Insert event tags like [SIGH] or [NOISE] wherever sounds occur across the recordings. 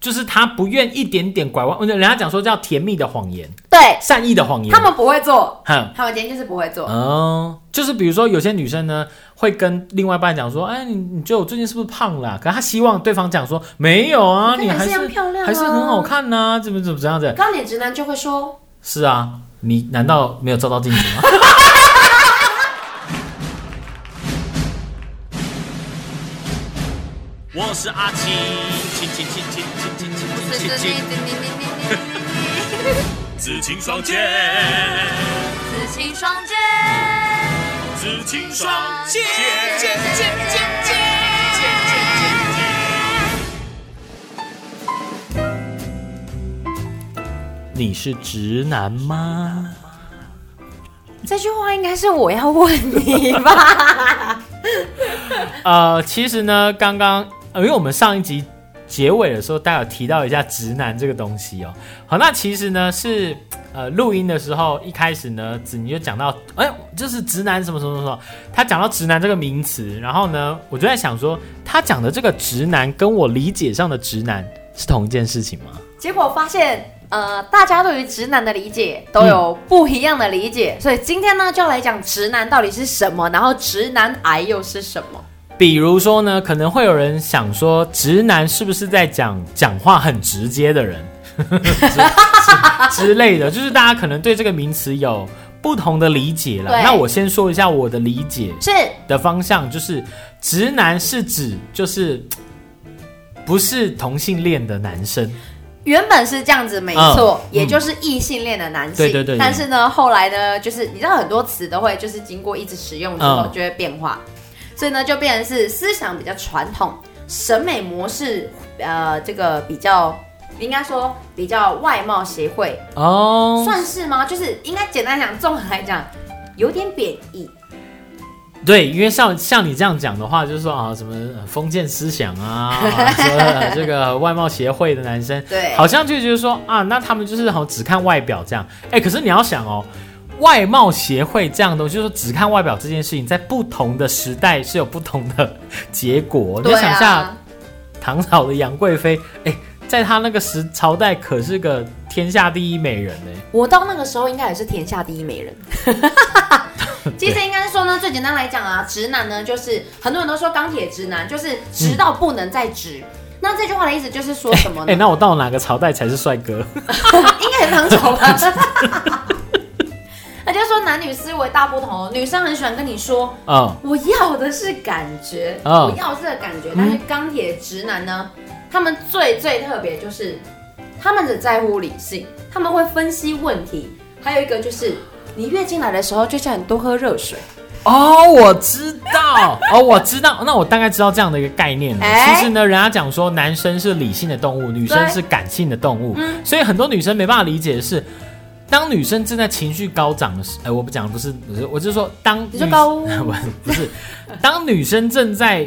就是他不愿一点点拐弯，呃人家讲说叫甜蜜的谎言，对善意的谎言。他们不会做，哼，他们今天就是不会做。哦，就是比如说有些女生呢会跟另外一半讲说，哎，你你觉得我最近是不是胖了啊、可她希望对方讲说没有啊，你你看还起来是很漂亮啊还是很好看呐、怎么怎么怎样的？高脸直男就会说，是啊，你难道没有照到镜子吗？我是阿青，青青青青青青青青青青，紫青双剑，紫青双剑，紫青双剑。剑剑剑剑剑剑。你是直男吗？这句话应该是我要问你吧？呃，其实呢，刚刚、呃因为我们上一集结尾的时候，大家有提到一下直男这个东西哦。好，那其实呢是呃录音的时候一开始呢，子宁就讲到，哎、就是直男什么什么什么，他讲到直男这个名词，然后呢，我就在想说，他讲的这个直男跟我理解上的直男是同一件事情吗？结果发现。呃，大家对于直男的理解都有不一样的理解，所以今天呢就要来讲直男到底是什么，然后直男癌又是什么。比如说呢，可能会有人想说，直男是不是在讲讲话很直接的人 [LAUGHS] 之之之类的？就是大家可能对这个名词有不同的理解了。对那我先说一下我的理解是的方向，就是直男是指就是不是同性恋的男生，原本是这样子，没错，也就是异性恋的男性。嗯对对对但是呢，后来呢，就是你知道很多词都会就是经过一直使用之后嗯就会变化，所以呢就变成是思想比较传统，审美模式呃这个比较。应该说比较外貌协会、哦，算是吗？就是应该简单讲，综合来讲，有点贬义。对，因为像像你这样讲的话，就是说啊，什么呃封建思想啊，啊说呃这个外貌协会的男生，对好像就觉得说啊，那他们就是好像只看外表这样。哎，可是你要想哦，外貌协会这样的东西，就是说只看外表这件事情，在不同的时代是有不同的结果。你对就想一下啊，唐朝的杨贵妃，哎，在她那个时朝代可是个天下第一美人呢、我到那个时候应该也是天下第一美人。其实应该是说呢，最简单来讲啊，直男呢就是很多人都说钢铁直男，就是直到不能再直。那这句话的意思就是说什么哎，呢？那我到哪个朝代才是帅哥？ [LAUGHS] [LAUGHS] 应该也是唐朝吧。他就说男女思维大不同，女生很喜欢跟你说嗯，我要的是感觉，哦我要的是感觉。但是嗯钢铁直男呢，他们最最特别就是他们只在乎理性，他们会分析问题，还有一个就是你月经来的时候就叫你多喝热水。哦，我知道，哦，我知道，那我大概知道这样的一个概念了。哎其实呢，人家讲说男生是理性的动物，女生对嗯是感性的动物，所以很多女生没办法理解的是。当女生正在情绪高涨的时，哎、我不讲，不是，不是，我就说当你说女高不是 [LAUGHS] 不是，当女生正在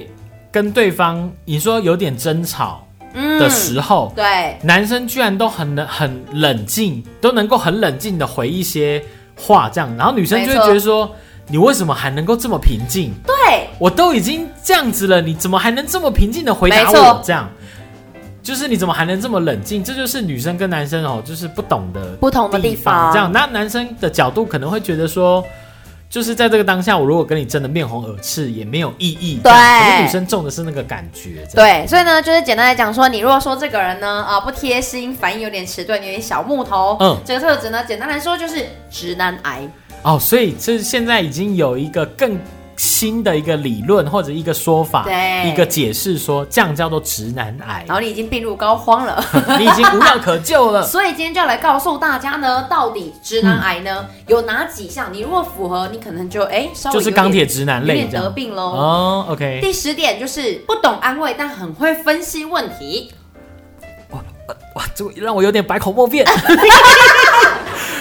跟对方你说有点争吵嗯的时候，对，男生居然都很冷很冷静，都能够很冷静的回一些话，这样，然后女生就会没错觉得说，你为什么还能够这么平静？对，我都已经这样子了，你怎么还能这么平静的回答没错我？这样，就是你怎么还能这么冷静？这就是女生跟男生哦，就是不懂的不同的地方这样，那男生的角度可能会觉得说。就是在这个当下，我如果跟你真的面红耳赤也没有意义。这样对可是女生中的是那个感觉。这样，对，所以呢，就是简单来讲说，你如果说这个人呢，啊、不贴心，反应有点迟钝，有点小木头，嗯这个特质呢，简单来说就是直男癌。哦，所以这现在已经有一个更新的一个理论或者一个说法，对哦一个解释说，这样叫做直男癌然，后你已经病入膏肓了。 [LAUGHS] 你已经无药可救 [LAUGHS] 了。所以今天就要来告诉大家呢，到底直男癌呢、有哪几项？你如果符合，你可能就哎、稍微嗯就是有点钢铁直男有类点这样得病喽。哦，OK，第十点就是不懂安慰，但很会分析问题，哇，这个让我有点百口莫辩。 [LAUGHS]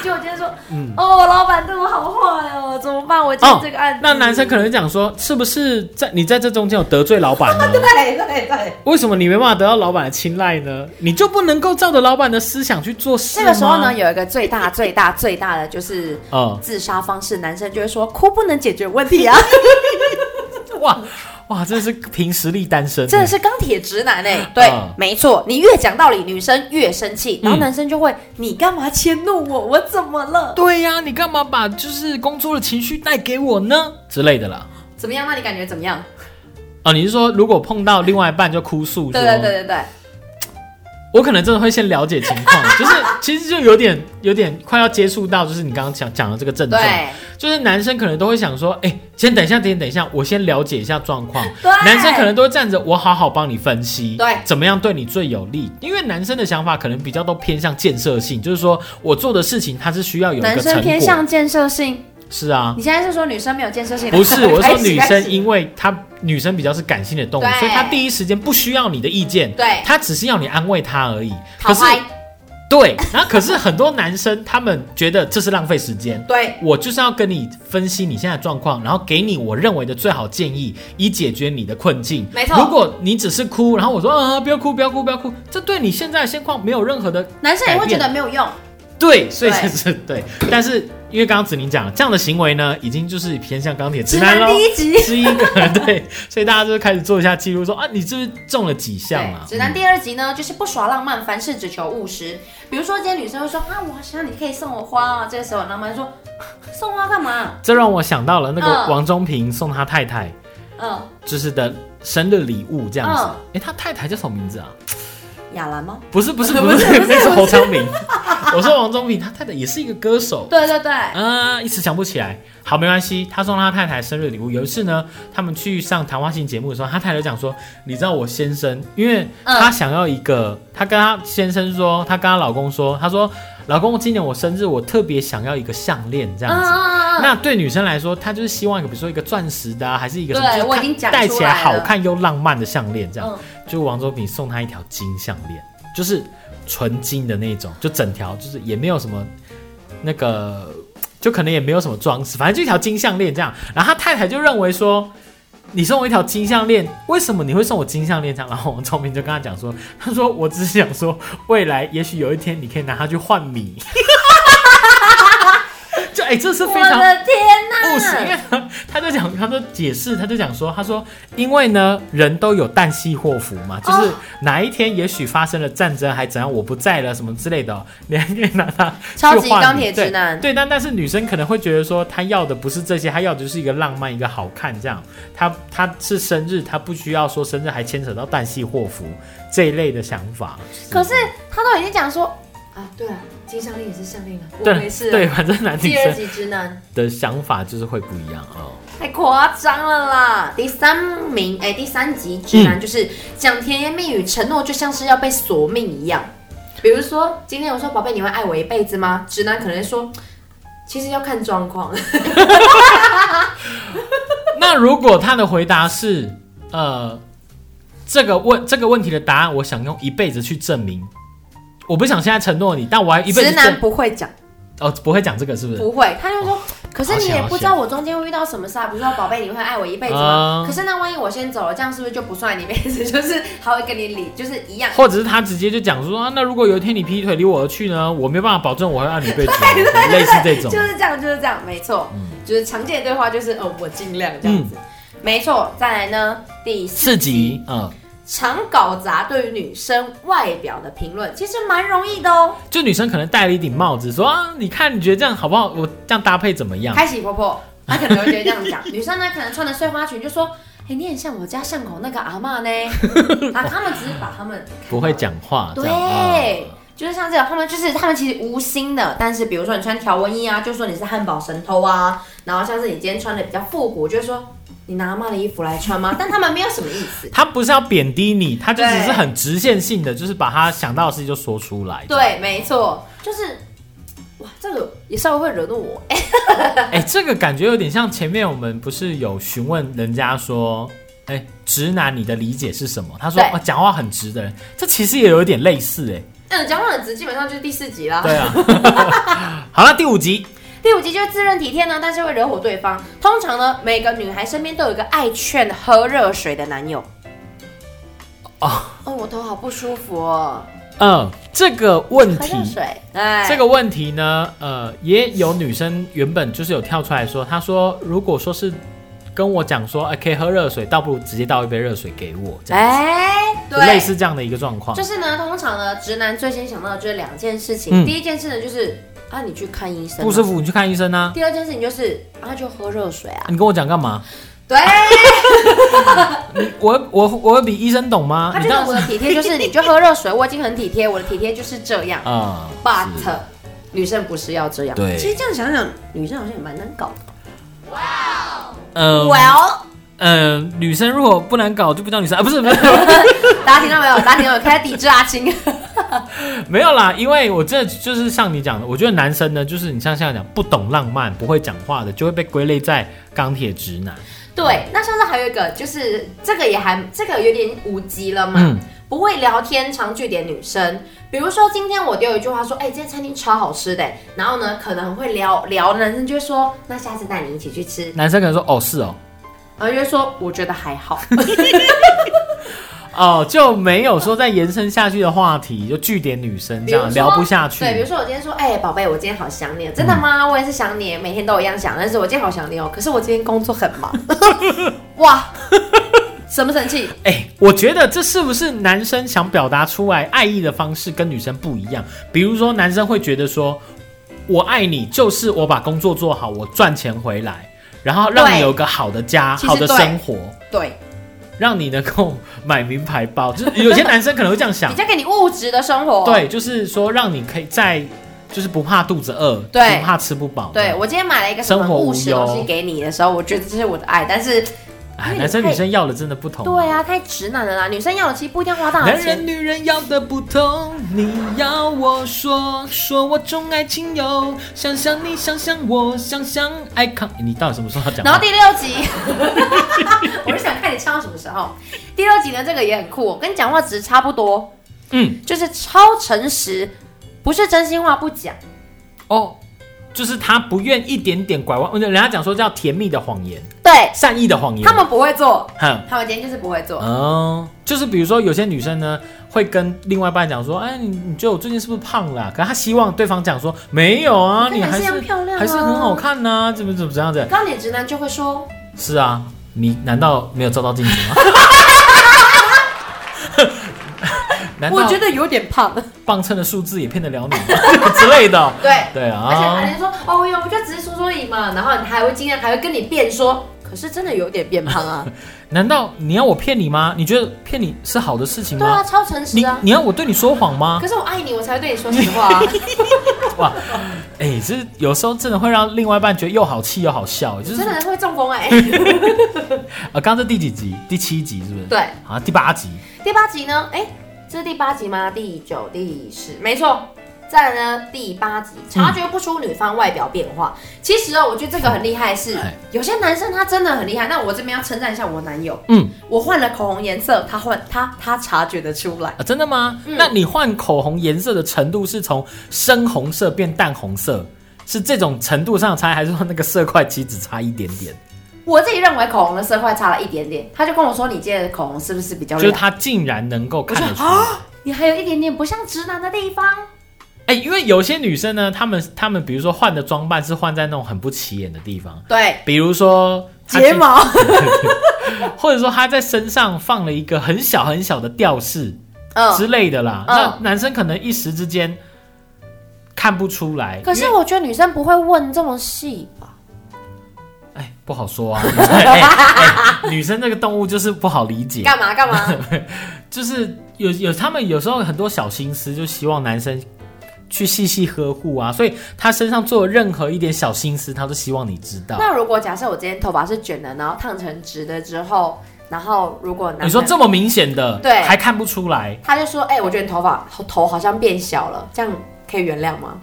就我今天说，嗯哦，老板对我好坏哦，怎么办？我接这个案子，那男生可能讲说，是不是在你在这中间有得罪老板呢？啊 [LAUGHS] 对对对，为什么你没办法得到老板的青睐呢？你就不能够照着老板的思想去做事这吗？个时候呢，，有一个最大最大最大的就是嗯自杀方式，男生就会说哭不能解决问题啊，哇，哇，真的是凭实力单身，真的是钢铁直男哎、对，嗯没错，你越讲道理，女生越生气，然后嗯男生就会，你干嘛迁怒我？我怎么了？对呀、你干嘛把就是工作的情绪带给我呢之类的啦？怎么样？那你感觉怎么样？哦，你是说如果碰到另外一半就哭诉说，对对对对对，我可能真的会先了解情况， [LAUGHS] 就是其实就有点有点快要接触到，就是你刚刚讲讲的这个症状，对就是男生可能都会想说，哎、先等一下，先等一下，我先了解一下状况。对男生可能都会站着，我好好帮你分析，对怎么样对你最有利？因为男生的想法可能比较都偏向建设性，就是说我做的事情它是需要有一个男成果。生偏向建设性，是啊，你现在是说女生没有建设 [LAUGHS] 性？不是，我是说女开生，始因为她女生比较是感性的动物，对所以她第一时间不需要你的意见，对她只是要你安慰她而已。可好是嗨，对，然后可是很多男生他们觉得这是浪费时间。对我就是要跟你分析你现在的状况，然后给你我认为的最好建议，以解决你的困境。没错如果你只是哭，然后我说，啊，不要哭，不要哭，不要哭，这对你现在的现况没有任何的男生也会觉改得没有用，对，所以对就是对。但是因为刚刚子宁讲了，这样的行为呢，已经就是偏向钢铁直直男男喽。第一集，之一个 [LAUGHS] 对，所以大家就开始做一下记录，说啊，你是不是中了几项对啊？，指南第二集呢，就是不耍浪漫，凡事只求务实。比如说，今天女生会说啊，我好想要你可以送我花啊，这个时候浪漫说啊送花干嘛？这让我想到了那嗯个王中平送他太太嗯，就是的生日礼物这样子嗯。哎，他太太叫什么名字啊？雅兰吗？不是不是不是，那是侯昌明。我说王中平，他太太也是一个歌手。对对对，啊，一时想不起来。好，没关系。他送他太太生日礼物。有一次呢，他们去上谈话性节目的时候，他太太就讲说：“你知道我先生，因为嗯他想要一个，他跟他先生说，他跟他老公说，他说老公，今年我生日，我特别想要一个项链这嗯样子。嗯嗯嗯，那对女生来说，她就是希望一个，比如说一个钻石的、啊，还是一个什么，对就是我已看经讲戴出起来来好了看又浪漫的项链，这样。嗯就王周平送她一条金项链，就是纯金的那种，就整条，就是也没有什么那个，就可能也没有什么装饰，反正就一条金项链这样。然后他太太就认为说。你送我一条金项链，为什么你会送我金项链？这样，然后王聪明就跟他讲说：“他说我只是想说，未来也许有一天你可以拿它去换米。 [LAUGHS] 就”哎、这是非我常的天不是，因哪！为他 [LAUGHS] 他就讲，他就解释，他就讲说，他说，因为呢，人都有旦夕祸福嘛，哦就是哪一天也许发生了战争，还怎样，我不在了什么之类的哦，你 [LAUGHS] 还可以拿它超去级换钢你铁对直男对，但但是女生可能会觉得说，她要的不是这些，她要的就是一个浪漫，一个好看这样。她她是生日，她不需要说生日还牵扯到旦夕祸福这一类的想法。可是他都已经讲说啊，对了，金项链也是项链啊，我没对事。对，，反正男女第二生集直男的想法就是会不一样哦。太夸张了啦！第三名，哎、第三集直嗯男就是讲甜言蜜语，承诺就像是要被索命一样。比如说，今天我说宝贝，你会爱我一辈子吗？直男可能说，其实要看状况。 [LAUGHS] 那如果他的回答是，呃，这个问这个问题的答案，我想用一辈子去证明。我不想现在承诺你，但我还一辈直子男证不会讲，哦，不会讲这个是不是？不会，他就说，可是你哦好也险好不知道我中间会遇到什么事啊。比如说，宝贝，你会爱我一辈子啊吗？可是那万一我先走了，这样是不是就不算你一辈子？就是他会跟你理，就是一样。或者是他直接就讲说、啊，那如果有一天你劈腿离我而去呢，我没有办法保证我会爱你一辈子哦， [LAUGHS] [LAUGHS] 类似这种嗯就。是这样，就是这样，没错，就是常见的对话就是呃，我尽量这样子，没错。再来呢，第四四级，嗯，常搞砸对于女生外表的评论，其实蛮容易的哦。就女生可能戴了一顶帽子，说啊，你看你觉得这样好不好？我这样搭配怎么样？开喜婆婆，她可能会觉得这样讲， [LAUGHS] 女生呢可能穿的碎花裙就说。哎、你很像我家巷口那个阿嬷呢。啊，他们只是把他们 [LAUGHS] 不会讲话，这样嗯对，就是像这种，他们就是他们其实无心的，但是比如说你穿条纹衣啊，就说你是汉堡神偷啊，然后像是你今天穿的比较复古，就是说你拿阿妈的衣服来穿吗？但他们没有什么意 [LAUGHS] 思。他不是要贬低你，他就只是对很直线性的，就是把他想到的事情就说出来。对，没错，就是哇，这个也稍微会惹怒我。哎、 [LAUGHS] 哎、这个感觉有点像前面我们不是有询问人家说，哎、直男你的理解是什么？他说对哦，讲话很直的人，这其实也有一点类似哎、嗯，讲话很直，基本上就是第四集啦。对啊。 [LAUGHS] 好了，第五集，第五集就是自认体贴呢，但是会惹火对方。通常呢，每个女孩身边都有一个爱劝喝热水的男友。哦哦，我头好不舒服哦，嗯，这个问喝热题， [LAUGHS] 水。哎，这个问题呢，呃，也有女生原本就是有跳出来说，她说如果说是跟我讲说，哎、可以喝热水，倒不如直接倒一杯热水给我，这样哎、就类对，似这样的一个状况。就是呢，通常呢，直男最先想到的就是两件事情，嗯第一件事呢就是啊，你去看医生、不舒。嗯服你去看医生啊，第二件事情就是啊，就喝热水啊。你跟我讲干嘛？对，我我我会比医生懂吗？他你觉当得我的体 [LAUGHS] 贴就是你就喝热水，我已经很体贴，我的体贴就是这样。啊、是 But 女生不是要这样。对其实这样想想，女生好像也蛮难搞的。呃 Well，呃，女生如果不难搞就不叫女生啊，不 [LAUGHS] 是不是，大家听到没有？大家听到没有？开始抵制阿青。没有啦，因为我真的就是像你讲的，我觉得男生呢，就是你像现在讲不懂浪漫、不会讲话的，就会被归类在钢铁直男。对，那上次还有一个，就是这个也还这个有点无稽了嘛，嗯不会聊天，常据点女生。比如说今天我丢一句话说，哎、这间餐厅超好吃的，然后呢可能会聊聊，男生就会说，那下次带你一起去吃，男生可能说哦是哦，然后就会说我觉得 [LAUGHS] 还好，哦就没有说再延伸下去的话题，就据点女生比这如样说聊不下去。对，比如说我今天说，哎、宝贝，我今天好想你，真的嗯吗？我也是想你，每天都一样想，但是我今天好想你哦，可是我今天工作很 [LAUGHS] 忙，哇，神不神气？哎、我觉得这是不是男生想表达出来爱意的方式跟女生不一样？比如说，男生会觉得说，我爱你就是我把工作做好，我赚钱回来，然后让对你有个好的家、其实好的对生活，对，让你能够买名牌包。 [LAUGHS] 就是有些男生可能会这样想比，较给你物质的生活，对，就是说让你可以在，就是不怕肚子饿，对不怕吃不饱，对，我今天买了一个什么务实的东西给你的时候，我觉得这是我的爱，但是因哎，为你男生太女生要的真的不同，对啊，太直男了啦，女生要的其实不一定要花大男钱人。女人要的不同，你要我说说我钟爱情友，想想你，想想我，想想爱康。你到底什么时候要讲然后话？第六 [LAUGHS] 集，我就想看你唱到什么时候。第六集呢，这个也很酷、哦，跟你讲话值差不多，嗯，就是超诚实，不是真心话不讲。哦，就是他不愿一点点拐弯，人家讲说叫甜蜜的谎言，对善意的谎言。他们不会做，哼。他们今天就是不会做。哦，就是比如说有些女生呢，会跟另外一半讲说，哎，你你觉得我最近是不是胖了、啊可是她希望对方讲说，没有啊，你你看还起来是是一样漂亮啊还是很好看呐、怎么怎么怎样的？钢铁直男就会说，是啊，你难道没有照到镜子吗？ [LAUGHS] 难道得有点胖。磅秤的数字也骗得了你吗 [LAUGHS] 之类的？对，对而且还啊，能说哦哟，我就只是说说而已嘛，然后你还会尽量还会跟你辩说，可是真的有点变胖啊。难道你要我骗你吗？你觉得骗你是好的事情对啊，吗？超诚实你啊。你要我对你说谎吗可？是我爱你，我才会对你说实 [LAUGHS] 话啊。哇，哎、这有时候真的会让另外一半觉得又好气又好笑，就是真的会中风哎、 [LAUGHS] 呃，刚刚这第几集？第七集是不是？对，啊，第八集。第八集呢？哎、这是第八集吗？第九、第十，没错。再来呢，第八集，察觉不出女方外表变化。其实哦，我觉得这个很厉害是，嗯哎有些男生他真的很厉害。那我这边要称赞一下我男友，嗯，我换了口红颜色，他换他他察觉得出来。啊，真的吗？嗯那你换口红颜色的程度是从深红色变淡红色，是这种程度上的差，还是说那个色块其实只差一点点？我自己认为口红的色块差了一点点，他就跟我说：“你今天的口红是不是比较就亮是？它竟然能够看得出来。你还有一点点不像直男的地方。哎、因为有些女生呢，她们她们比如说换的装扮是换在那种很不起眼的地方”，对，比如说她睫去，毛。或者说她在身上放了一个很小很小的吊饰之嗯，类的啦。嗯那男生可能一时之间看不出来，可是我觉得女生不会问这么细吧？哎，不好说啊。 [LAUGHS] 哎哎女生这个动物就是不好理解，干嘛干嘛？就是有有他们有时候很多小心思，就希望男生去细细呵护啊，所以他身上做任何一点小心思，他都希望你知道。 [LAUGHS] 那如果假设我今天头发是卷的，然后烫成直的之后，然后如果男朋友你说这么明显的，对还看不出来，他就说：“哎、我觉得你头发头好像变小了，这样可以原谅吗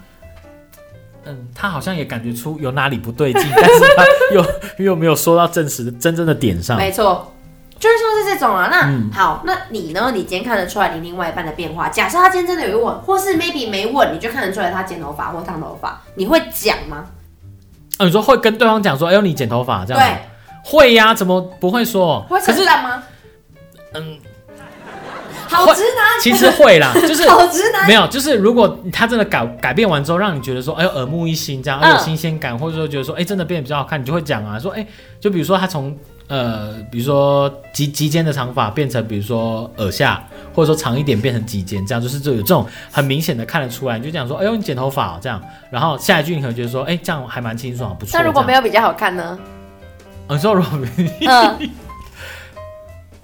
嗯，他好像也感觉出有哪里不对劲，但是他又 [LAUGHS] 又没有说到正实的真正的点？”上。没错，就是说是这种啊。那、嗯好，那你呢？你今天看得出来你另外一半的变化？假设他今天真的有问，或是 maybe 没问，你就看得出来他剪头发或烫头发，你会讲吗？哦，你说会跟对方讲说，哎呦，你剪头发这对样吗，，会呀、怎么不会说？会可称是赞吗？嗯，好直男，其实会啦，就是好直男没有，就是如果他真的改改变完之后，让你觉得说，哎呦耳目一新，这样，嗯而有新鲜感，或者说觉得说，哎，真的变得比较好看，你就会讲啊，说，哎，就比如说他从呃，比如说及及肩的长发变成，比如说耳下，或者说长一点变成及肩，这样就是这有这种很明显的看得出来，你就讲说，哎呦你剪头发、哦、这样，然后下一句你可能觉得说，哎，这样还蛮清爽，不错。那如果没有，有比较好看呢？哦你说如果没有嗯，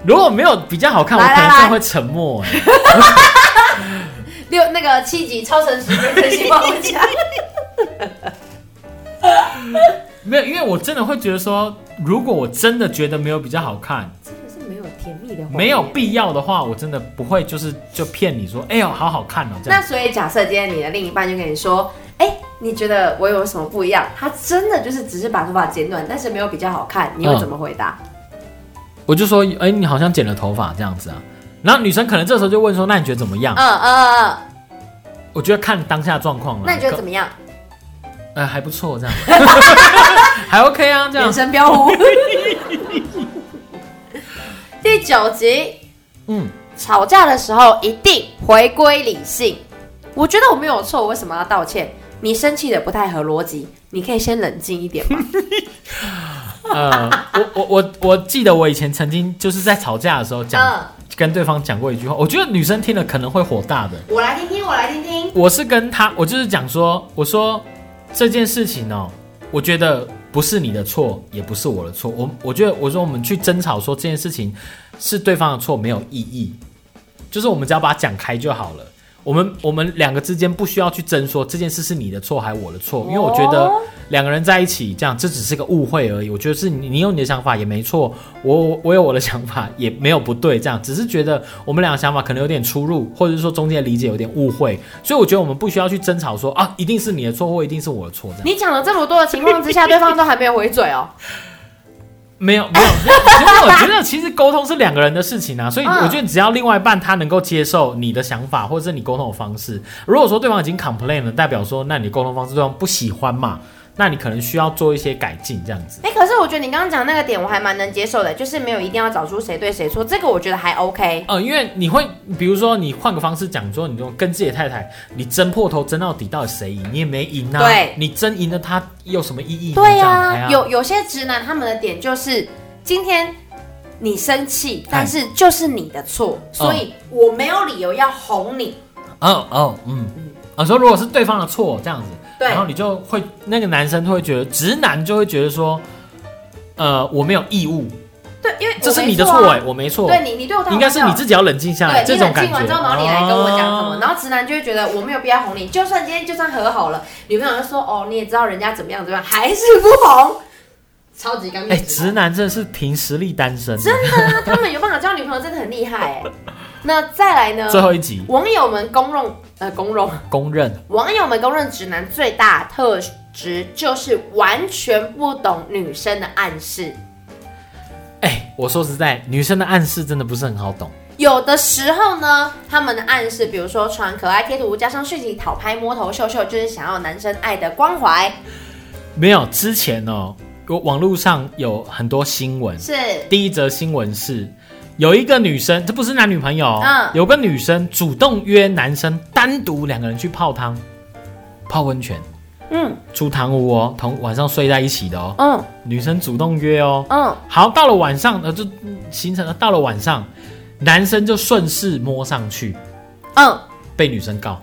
如果没有比较好看，我来可来能真来的会沉默、哎六那个七级超神十分真心话不加，没有，因为我真的会觉得说，如果我真的觉得没有比较好看， [LAUGHS] 真的是没有甜蜜的谎言，没有必要的话，我真的不会就是就骗你说，哎呦，好好看哦，这那样。所以假设今天你的另一半就跟你说，哎、你觉得我有什么不一样？他真的就是只是把头发剪短，但是没有比较好看，你会嗯怎么回答？我就说，哎，你好像剪了头发这样子啊。然后女生可能这时候就问说，那你觉得怎么样？嗯嗯嗯 Oh 嗯，我觉得看当下状况了。那你觉得可怎么样？呃，还不错，这 [LAUGHS] 样， [LAUGHS] 还 OK 啊，这样眼。神飘 [LAUGHS] 忽。第九集，嗯，吵架的时候一定回归理性。我觉得我没有错，我为什么要道歉？你生气的不太合逻辑，你可以先冷静一点嘛。呃，我我我我记得我以前曾经就是在吵架的时候讲，嗯，跟对方讲过一句话，我觉得女生听了可能会火大的。 [LAUGHS] 我来听听，我来听听。我是跟他，我就是讲说，我说这件事情哦，我觉得不是你的错，也不是我的错。我我觉得我说我们去争吵说这件事情是对方的错没有意义，就是我们只要把它讲开就好了。我们我们两个之间不需要去争说这件事是你的错还是我的错，因为我觉得哦两个人在一起这样，这只是个误会而已。我觉得是你你有你的想法也没错，我我有我的想法也没有不对，这样只是觉得我们两个想法可能有点出入，或者是说中间的理解有点误会，所以我觉得我们不需要去争吵说啊，一定是你的错或一定是我的错这样。你讲了这么多的情况之下，对方都还没有回嘴哦。 [LAUGHS] 没有没有，没有，我觉得其实沟通是两个人的事情啊，所以嗯我觉得只要另外一半他能够接受你的想法或者是你沟通的方式，如果说对方已经 complain 了，代表说那你沟通方式对方不喜欢嘛，那你可能需要做一些改进这样子。哎、可是我觉得你刚刚讲那个点，我还蛮能接受的，就是没有一定要找出谁对谁错，这个我觉得还 OK。呃，因为你会，比如说你换个方式讲，说你用跟自己的太太，你争破头争到底，到底谁赢？你也没赢啊。对你争赢了他有什么意义呢？对呀、啊，哎呀有有些直男他们的点就是，今天你生气，但是就是你的错，嗯所以我没有理由要哄你。哦哦，嗯，啊，说如果是对方的错这样子，对然后你就会那个男生会觉得，直男就会觉得说，呃，我没有义务，对，因为我这是没你的错错哎、啊，我没错，对你，你对我太好应该是了你自己要冷静下来，对，这你种冷感静觉。完之后，然后你来跟我讲什么，哦然后直男就会觉得我没有必要哄你，就算今天就算和好了，女朋友就说哦，你也知道人家怎么样怎么样，还是不哄，超级干哎、面直男真的是凭实力单身，真的啊，他们有办法交女朋友真的很厉 [LAUGHS] 害哎。那再来呢？最后一集网友们公认呃公认，公认。网友们公认直男最大特质就是完全不懂女生的暗示。哎、我说实在，女生的暗示真的不是很好懂。有的时候呢，他们的暗示，比如说传可爱贴图，加上讯息讨拍、摸头、秀秀，就是想要男生爱的关怀。没有，之前哦，我网络上有很多新闻。是，第一则新闻是，有一个女生，这不是男女朋友哦、嗯有个女生主动约男生单独两个人去泡汤、泡温泉、嗯出汤屋哦，同晚上睡在一起的哦，嗯女生主动约哦。嗯，好，到了晚上，呃，就嗯行程了。到了晚上，男生就顺势摸上去，嗯，被女生告，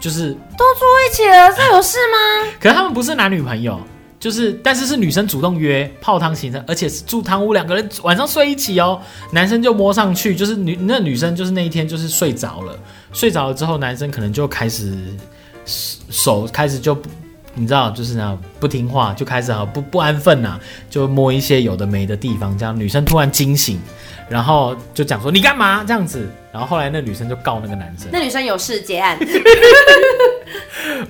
就是都住一起了，这有事吗？ [LAUGHS] 可是他们不是男女朋友，就是但是是女生主动约泡汤行程，而且是住汤屋，两个人晚上睡一起哦。男生就摸上去，就是女那女生就是那一天就是睡着了，睡着了之后，男生可能就开始手开始就不你知道就是啊不听话，就开始啊不不安分呐、就摸一些有的没的地方，这样女生突然惊醒，然后就讲说你干嘛这样子，然后后来那女生就告那个男生。那女生有事结 [LAUGHS] 案。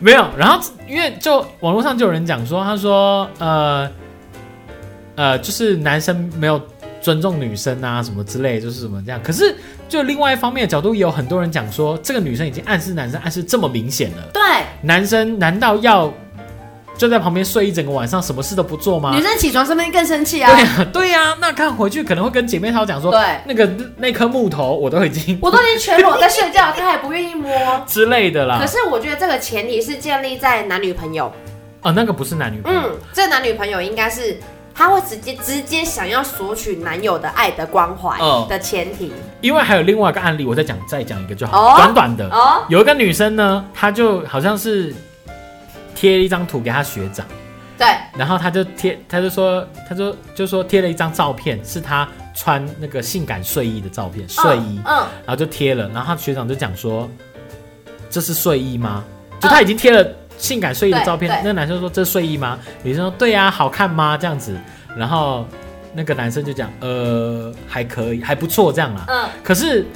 没有，然后因为就网络上就有人讲说，他说呃呃，就是男生没有尊重女生啊，什么之类，就是什么这样。可是就另外一方面的角度，也有很多人讲说，这个女生已经暗示男生暗示这么明显了，对，男生难道要就在旁边睡一整个晚上，什么事都不做吗？ [LAUGHS] 女生起床生不定更生气啊对？呀、对呀、那看回去可能会跟姐妹淘讲说，对那个那颗木头我都已经我都已经全裸在睡觉，她还不愿意摸。之类的啦可。是我觉得这个前提是建立在男女朋友，啊，那个不是男女朋友，嗯，这男女朋友应该是他会直接直接想要索取男友的爱的关怀嗯的前提因为还有另外一个案例，我再讲再讲一个就好，哦短短的。哦，有一个女生呢，她就好像是贴了一张图给她学长，对，然后她就贴，她就说，她就就说贴了一张照片，是她穿那个性感睡衣的照片，睡衣，嗯，然后就贴了，然后她学长就讲说，这是睡衣吗？就她已经贴了性感睡衣的照片，对对那个男生说这是睡衣吗？女生说对呀、好看吗？这样子，然后那个男生就讲，呃，还可以，还不错这样啦。嗯可是，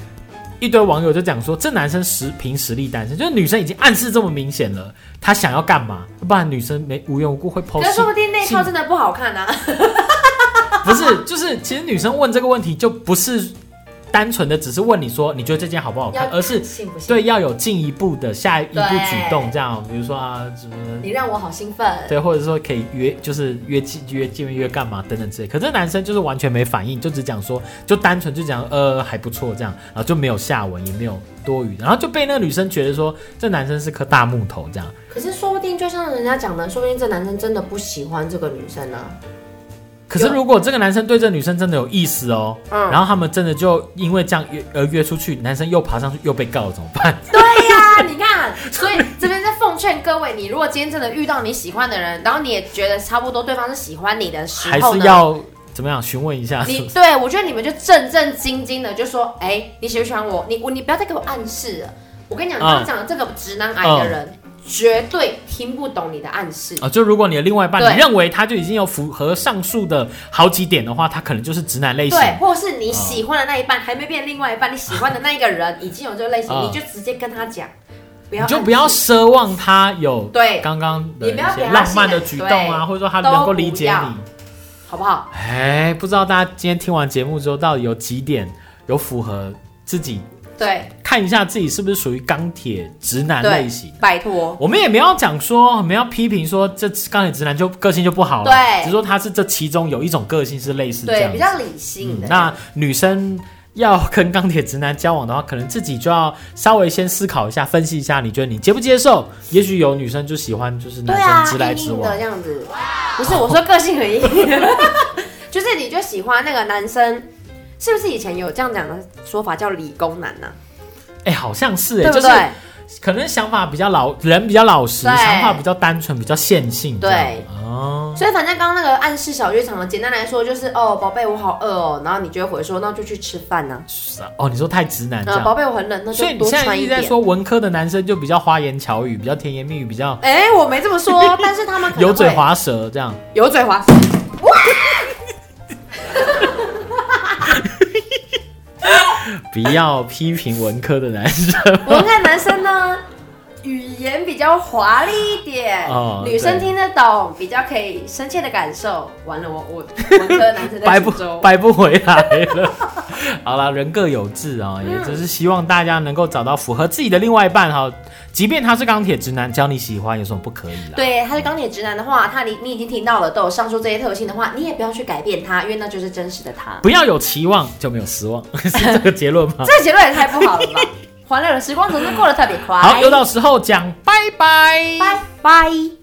一堆网友就讲说，这男生实凭实力单身，就是女生已经暗示这么明显了，他想要干嘛？不然女生没无缘无故会嗯，抛 [LAUGHS] 可是说不定那一套真的不好看啊。不是，就是其实女生问这个问题就不是单纯的只是问你说你觉得这件好不好看，要而是信不信？对要有进一步的下一步对举动，这样比如说啊什么。你让我好兴奋。对，或者说可以约，就是约见约见面约干嘛等等之类。可是男生就是完全没反应，就只讲说，就单纯就讲呃还不错这样，然后就没有下文，也没有多余的，然后就被那个女生觉得说这男生是颗大木头这样。可是说不定就像人家讲的，说不定这男生真的不喜欢这个女生啊呢。可是如果这个男生对这女生真的有意思哦，嗯然后他们真的就因为这样约而约出去，男生又爬上去又被告了怎么办？对呀、 [LAUGHS] 你看，所以这边在奉劝各位，你如果今天真的遇到你喜欢的人，然后你也觉得差不多对方是喜欢你的时还候是呢，要怎么样询问一下啊是你不是？对我觉得你们就正正经经的就说，哎、你喜不喜欢我？你我你不要再给我暗示了。我跟你讲，嗯刚刚讲的这个直男癌的人，绝对听不懂你的暗示。啊，就如果你的另外一半对你认为他就已经有符合上述的好几点的话，他可能就是直男类型。对，或者是你喜欢的那一半、还没变另外一半，你喜欢的那一个人已经有这个类型，嗯你就直接跟他讲，不要你就暗不要示奢望他有对刚刚的你一不要些给他浪漫的举信任动啊，对或者说他能够理解都不你要。好不好？哎，不知道大家今天听完节目之后，到底有几点有符合自己？对看一下自己是不是属于钢铁直男类对型。，拜托，我们也没有讲说，我们要批评说这钢铁直男就个性就不好了，对只是说他是这其中有一种个性是类似这嗯对，样比子。较理性的。嗯那女生要跟钢铁直男交往的话，可能自己就要稍微先思考一下，分析一下，你觉得你接不接受？也许有女生就喜欢就是对男啊，生直来硬直硬往哎的这，样子。不是我说个 [LAUGHS] 性很硬，就是你就喜欢那个男生，是不是以前有这样讲的说法叫理工男呢、哎、好像是对哎、不就对？是可能想法比较老，人比较老实，对想法比较单纯，比较线性这样，对哦，所以反正刚刚那个暗示小剧场的，简单来说就是哦，宝贝我好饿哦，然后你就会回说那就去吃饭呢、是啊哦，你说太直男这啊，样。宝贝我很冷，那就所以你多现在穿一一直在点。说文科的男生就比较花言巧语，比较甜言蜜语，比较哎、我没这么说，但是他们可 [LAUGHS] 能油嘴会滑舌这样。油嘴滑舌。不要批评文科的男生。 [LAUGHS] 文科男生呢，语言比较华丽一点，哦女生对听得懂，比较可以深切的感受。完了，我我文科男生在掰苏不州，掰不回来了。 [LAUGHS] 好啦，人各有志啊、也就是希望大家能够找到符合自己的另外一半哈、即便他是钢铁直男，只要你喜欢，有什么不可以啦？对，他是钢铁直男的话，他你你已经听到了，都有上述这些特性的话，你也不要去改变他，因为那就是真实的他。不要有期望就没有失望， [LAUGHS] 是这个结 [LAUGHS] 论吗？这个结论也太不好了 [LAUGHS] 吧！欢乐的时光总是过得特别快。好，又到时候讲拜拜。拜拜。